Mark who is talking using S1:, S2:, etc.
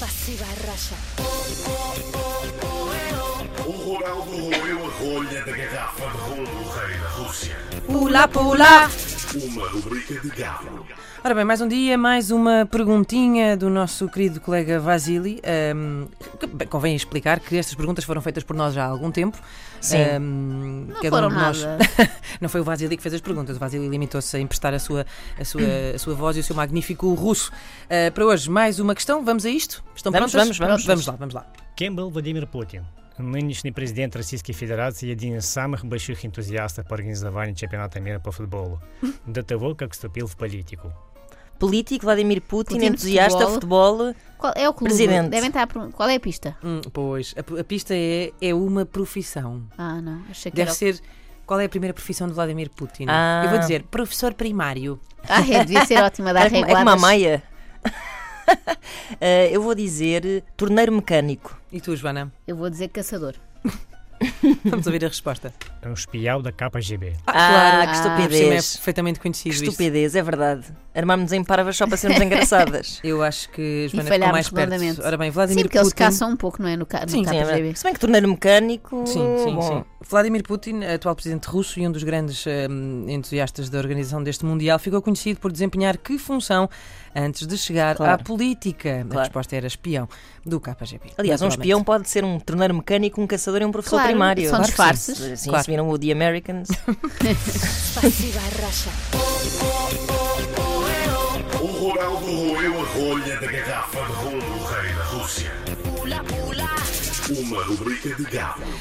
S1: Rossi Barraja.
S2: O Ronaldo roeu a rolha da garrafa de rolo do rei da Rússia.
S3: Pula, pula!
S2: Uma rubrica de galo.
S3: Ora bem, mais um dia, mais uma perguntinha do nosso querido colega Vasili. Ahm, que, bem, convém explicar que estas perguntas foram feitas por nós já há algum tempo. um Sim. não
S4: foram nada.
S3: não foi o Vasili que fez as perguntas, o Vasili limitou-se a emprestar a sua, a, sua, a sua voz e o seu magnífico russo. Ah, para hoje, mais uma questão, vamos a isto? Estão
S5: Vamos,
S3: prontas?
S5: vamos, vamos.
S3: Vamos lá, vamos lá.
S6: Кем был Владимир Путин? Нынешний президент Российской Федерации один из самых больших энтузиастов по организованию чемпионата мира по футболу, до того, как вступил в политику.
S5: Político, Vladimir Putin,
S4: Putin,
S5: entusiasta, futebol.
S4: Qual é o clube?
S5: Presidente.
S4: Devem estar a perguntar. Qual é a pista?
S3: Hum, pois, a, a pista é, é uma profissão.
S4: Ah, não. Achei que
S3: Deve
S4: era o-
S3: ser. Qual é a primeira profissão de Vladimir Putin?
S5: Ah.
S3: Eu vou dizer professor primário.
S4: Ah, é, devia ser ótima dar
S5: É como- é
S4: reguladas.
S5: como a Maia. Eh, eu vou dizer eh, torneiro mecânico.
S3: E tu, Joana?
S4: Eu vou dizer caçador.
S3: Vamos ouvir a resposta.
S6: Он шпиял до KGB.
S3: Ah,
S5: Ah,
S3: claro.
S5: que
S3: Por cima é
S5: estupidez.
S3: perfeitamente conhecido
S5: que
S3: isto.
S5: estupidez, é verdade. Armarmos em parvas só para sermos engraçadas.
S3: Eu acho que a Joana ficou
S4: falhámos
S3: mais perto.
S4: redondamente.
S3: Ora bem,
S4: Sim,
S3: Vladimir
S4: porque eles
S3: Putin.
S4: caçam um pouco, não é? No, ca... no
S3: Sim, sim,
S5: Sim, é
S4: KGB.
S5: verdade. Se bem que torneiro mecânico.
S3: Sim, sim,
S5: bom,
S3: sim. Vladimir Putin, atual presidente russo e um dos grandes hum, entusiastas da organização deste Mundial, ficou conhecido por desempenhar que função antes de chegar
S5: Claro.
S3: à política? A
S5: Claro.
S3: resposta era espião do KGB.
S5: Aliás, um
S3: Naturalmente.
S5: espião pode ser um torneiro mecânico, um caçador e um professor
S4: Claro,
S5: primário.
S4: são
S5: Claro que sim.
S4: disfarces.
S5: Sim,
S3: Claro.
S5: se viram o The Americans.
S1: Rossi Barraja.
S2: O Ronaldo roeu a rolha da garrafa de rolo do rei da Rússia. Uma rubrica de galo.